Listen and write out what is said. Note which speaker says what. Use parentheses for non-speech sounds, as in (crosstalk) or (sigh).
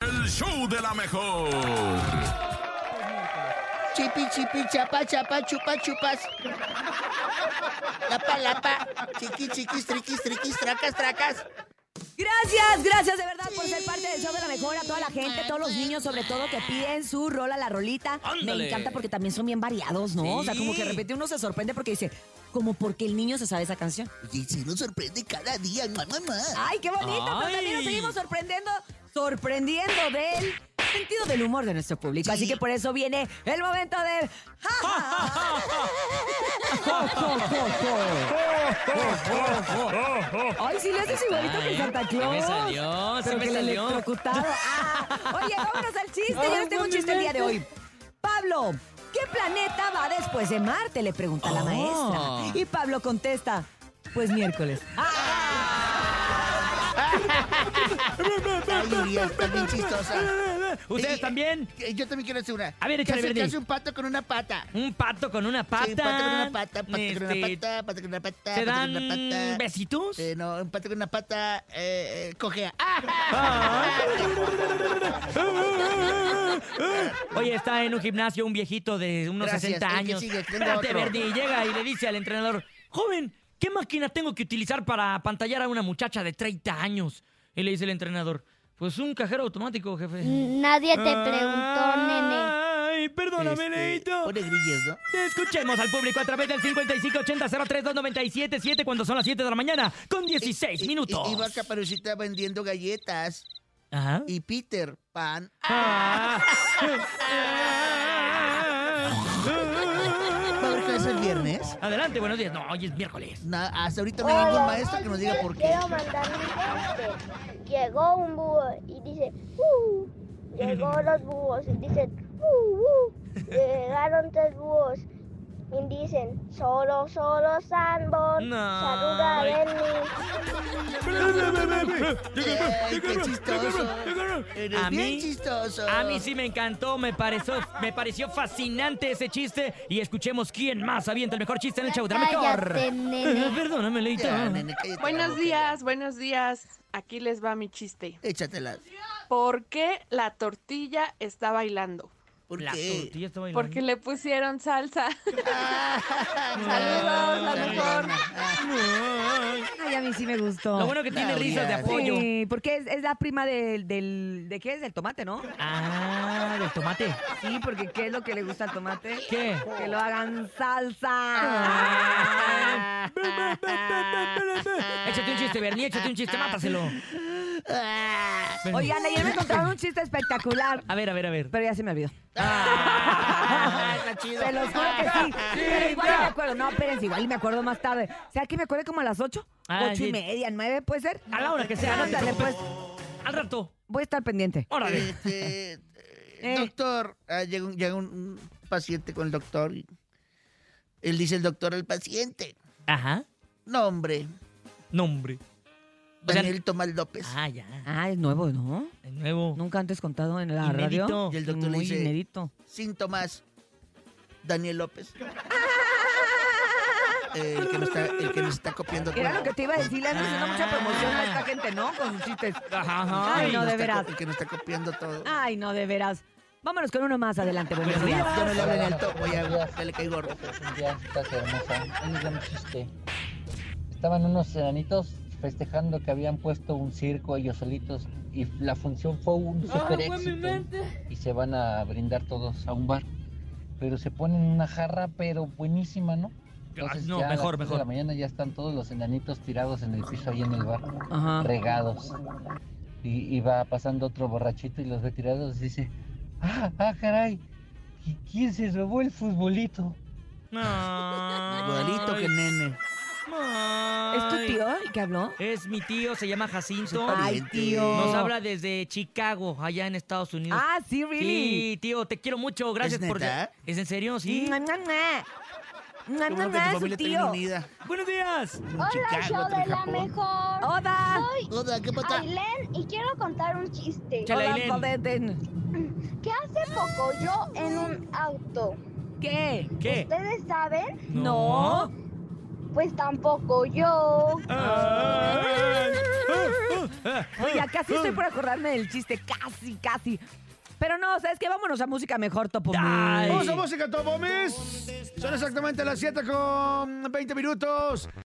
Speaker 1: el show de la mejor.
Speaker 2: Chipi, chipi, chapa, chapa, chupa, chupas. Lapa, lapa. Chiqui, chiquis, triquis, triquis, tracas, tracas.
Speaker 3: Gracias, gracias de verdad por ser parte del show de la mejor a toda la gente, todos los niños sobre todo que piden su rola, la rolita. Me
Speaker 4: Ándale.
Speaker 3: encanta porque también son bien variados, ¿no? O sea, como que de repente uno se sorprende porque dice, como porque el niño se sabe esa canción.
Speaker 2: Y si nos sorprende cada día, mamá, mamá.
Speaker 3: ¡Ay, qué bonito! Pero también nos
Speaker 4: Ay.
Speaker 3: seguimos sorprendiendo, sorprendiendo del sentido del humor de nuestro público. Así que por eso viene el momento del... ¡Ja, ja, ja! Ay, sí le haces igualito que
Speaker 4: Ay,
Speaker 3: Santa
Speaker 4: sí
Speaker 3: Claus.
Speaker 4: me salió, sí
Speaker 3: Pero
Speaker 4: me
Speaker 3: que el
Speaker 4: salió.
Speaker 3: electrocutado. Ah, oye, vámonos al chiste. Yo les tengo un
Speaker 4: no me
Speaker 3: chiste el día de hoy. Pablo, ¿qué planeta va después de Marte? Le pregunta la
Speaker 4: Oh.
Speaker 3: maestra. Y Pablo contesta, pues miércoles.
Speaker 2: Ay, Uriel, está bien chistosa.
Speaker 4: ¿Ustedes
Speaker 2: Y-
Speaker 4: también?
Speaker 2: Eh, Yo también quiero hacer una.
Speaker 4: A ver,
Speaker 2: ¿Qué
Speaker 4: échale,
Speaker 2: hace-
Speaker 4: Verdi.
Speaker 2: qué hace un pato con una pata?
Speaker 4: Un pato con una pata.
Speaker 2: Sí, un pato con una pata, pato con una
Speaker 4: Este,
Speaker 2: pata, pato con una pata.
Speaker 4: ¿Se
Speaker 2: pato con una
Speaker 4: dan
Speaker 2: pata.
Speaker 4: besitos?
Speaker 2: Eh, no, un pato con una pata eh, eh, cojea. ¡Ah!
Speaker 4: Oye, está en un gimnasio un viejito de unos
Speaker 2: Gracias,
Speaker 4: 60
Speaker 2: el que
Speaker 4: años.
Speaker 2: sigue, tengo
Speaker 4: Espérate,
Speaker 2: otro.
Speaker 4: Verdi, y llega y le dice al entrenador, joven, ¿qué máquina tengo que utilizar para apantallar a una muchacha de 30 años? Y le dice el entrenador, pues un cajero automático, jefe.
Speaker 5: Nadie Mm, te
Speaker 4: Ah.
Speaker 5: preguntó, nene.
Speaker 4: Ay, perdóname,
Speaker 2: Este,
Speaker 4: Leito.
Speaker 2: Pone grillos, ¿no?
Speaker 4: Escuchemos al público a través del 5580-032977 cuando son las 7 de la mañana con 16
Speaker 2: Y-
Speaker 4: minutos.
Speaker 2: Y, iba Caperucita vendiendo galletas
Speaker 4: Ajá. Ah.
Speaker 2: y Peter Pan. ¿Por qué es el viernes?
Speaker 4: Adelante, buenos días. No, hoy es miércoles.
Speaker 2: Na- hasta ahorita no hay ningún maestro que nos diga por qué.
Speaker 5: Quiero mandar un chiste. Llegó un búho y dice, "Uh".
Speaker 4: (laughs)
Speaker 5: Llegó los búhos y dicen, "Uh, uh". Llegaron tres búhos y dicen, solo, solo, Sanborn.
Speaker 4: No.
Speaker 5: Saluda a Benny.
Speaker 2: Ay, qué chistoso. Eres
Speaker 4: A
Speaker 2: bien
Speaker 4: mí-
Speaker 2: chistoso.
Speaker 4: A mí sí me encantó, me pareció, me pareció fascinante ese chiste. Y escuchemos quién más avienta el mejor chiste en el show de la mejor.
Speaker 5: Cállate,
Speaker 4: Eh,
Speaker 5: nene.
Speaker 4: (laughs) Perdóname, Leito.
Speaker 2: Ya, nene, cállate la
Speaker 6: Buenos
Speaker 2: boca.
Speaker 6: días, buenos días. Aquí les va mi chiste.
Speaker 2: Échatelas.
Speaker 6: ¿Por qué la tortilla está bailando?
Speaker 2: ¿Por
Speaker 4: La
Speaker 2: qué? (laughs) Ah.
Speaker 4: tortilla está bailando.
Speaker 6: Porque le pusieron salsa. (laughs)
Speaker 2: Saludos,
Speaker 6: la mejor.
Speaker 3: Ay, a mí sí me gustó.
Speaker 4: Lo bueno que tiene
Speaker 2: No,
Speaker 4: risas de
Speaker 2: ya, sí.
Speaker 4: apoyo.
Speaker 3: Sí, porque es, es la prima del, del... ¿De qué es? Del tomate, ¿no?
Speaker 4: Ah, del tomate.
Speaker 3: Sí, porque ¿qué es lo que le gusta al tomate?
Speaker 4: ¿Qué?
Speaker 3: Que lo hagan salsa.
Speaker 2: Ah.
Speaker 4: Ah. Échate un chiste, Bernie, échate un chiste, mátaselo. Bernie.
Speaker 3: Oigan, ayer me encontraron un chiste espectacular,
Speaker 4: A ver, a ver, a ver.
Speaker 3: pero ya se me olvidó.
Speaker 2: Ah.
Speaker 3: (laughs)
Speaker 4: Ah.
Speaker 2: Está chido.
Speaker 3: Se los juro que
Speaker 2: (laughs)
Speaker 3: sí. Pero igual y me acuerdo. No, espérense, igual y me acuerdo más tarde. O sea, que me acuerdo como a las 8,
Speaker 4: Ah,
Speaker 3: 8
Speaker 4: sí.
Speaker 3: y media, 9, puede ser.
Speaker 4: A la hora que sea, no te
Speaker 3: Ándale,
Speaker 4: preocupes.
Speaker 3: pues.
Speaker 4: Al rato.
Speaker 3: Voy a estar pendiente.
Speaker 4: Órale.
Speaker 2: Este, eh, Doctor, ah, llega, un, llega un- un paciente con el doctor. y él dice el doctor al paciente.
Speaker 4: Ajá.
Speaker 2: Nombre,
Speaker 4: Nombre. O sea,
Speaker 2: Daniel Tomás López.
Speaker 4: Ah, ya.
Speaker 3: Ah, es nuevo, ¿no?
Speaker 4: De nuevo.
Speaker 3: Nunca antes contado en la
Speaker 4: Inédito.
Speaker 3: radio.
Speaker 2: Y el doctor le
Speaker 3: Muy
Speaker 2: dice-
Speaker 3: inédito.
Speaker 2: Síntomas, Daniel López. Eh, el, que nos está, el que nos está copiando.
Speaker 3: Era
Speaker 2: todo.
Speaker 3: lo que te iba a decir, le han haciendo mucha promoción a esta gente, ¿no? Con sus chistes.
Speaker 4: Ajá, ajá.
Speaker 3: Ay,
Speaker 2: El que
Speaker 3: no,
Speaker 2: nos
Speaker 3: de
Speaker 2: está co-
Speaker 3: veras.
Speaker 2: El que nos está copiando todo.
Speaker 3: Ay, no, de veras. Vámonos con uno más adelante, buenos
Speaker 4: Buenos
Speaker 3: días.
Speaker 2: Ya no le hablen alto, voy a, ya le caí gordo.
Speaker 7: Un día estás hermosa. Un gran chiste. Estaban unos enanitos festejando que habían puesto un circo ellos solitos y la función fue un super éxito y se van a brindar todos a un bar. Pero se ponen una jarra pero buenísima, ¿no? Entonces
Speaker 4: Ah, No,
Speaker 7: ya a las
Speaker 4: mejor,
Speaker 7: tres de la
Speaker 4: mejor.
Speaker 7: mañana ya están todos los enanitos tirados en el piso ahí en el bar
Speaker 4: Ah.
Speaker 3: Ajá.
Speaker 7: regados. Y, y va pasando otro borrachito y los ve tirados y dice, ah, ah, caray, ¿qui- ¿quién se robó el futbolito?
Speaker 2: Igualito que nene.
Speaker 3: ¿Es tu tío el que habló?
Speaker 4: Es mi tío, se llama Jacinto.
Speaker 2: Ay,
Speaker 3: Ay, tío.
Speaker 4: Nos habla desde Chicago, allá en Estados Unidos.
Speaker 3: Ah, sí, really. Mm,
Speaker 4: Sí, tío, te quiero mucho. Gracias
Speaker 2: ¿Es
Speaker 4: por.
Speaker 2: neta?
Speaker 4: ¿Es en serio? Sí.
Speaker 3: Mua, mua, mua. Mua,
Speaker 2: Qué bueno que
Speaker 3: mua,
Speaker 2: tu
Speaker 3: mua, su
Speaker 2: familia
Speaker 3: mm, tío.
Speaker 2: está bien unida.
Speaker 4: Buenos días.
Speaker 2: En
Speaker 5: Hola,
Speaker 2: Chicago,
Speaker 5: show
Speaker 2: otro en
Speaker 5: de la
Speaker 2: Japón.
Speaker 5: mejor.
Speaker 3: Hola.
Speaker 2: Hola, ¿qué pasa?
Speaker 5: Ailén y quiero contar un chiste.
Speaker 4: Chale,
Speaker 3: Hola,
Speaker 4: Ailén.
Speaker 3: Pauleten.
Speaker 5: Que hace poco yo en un auto.
Speaker 3: ¿Qué?
Speaker 4: ¿Qué?
Speaker 5: ¿Ustedes saben?
Speaker 3: No. (laughs)
Speaker 5: Pues tampoco yo.
Speaker 4: Ah, ah, ah,
Speaker 3: Ya casi estoy por acordarme del chiste, casi, casi. Pero no, ¿sabes qué? Vámonos a música mejor, Topo.
Speaker 4: Ay.
Speaker 2: Vamos a música, Tobomis. Son exactamente las 7 con 20 minutos.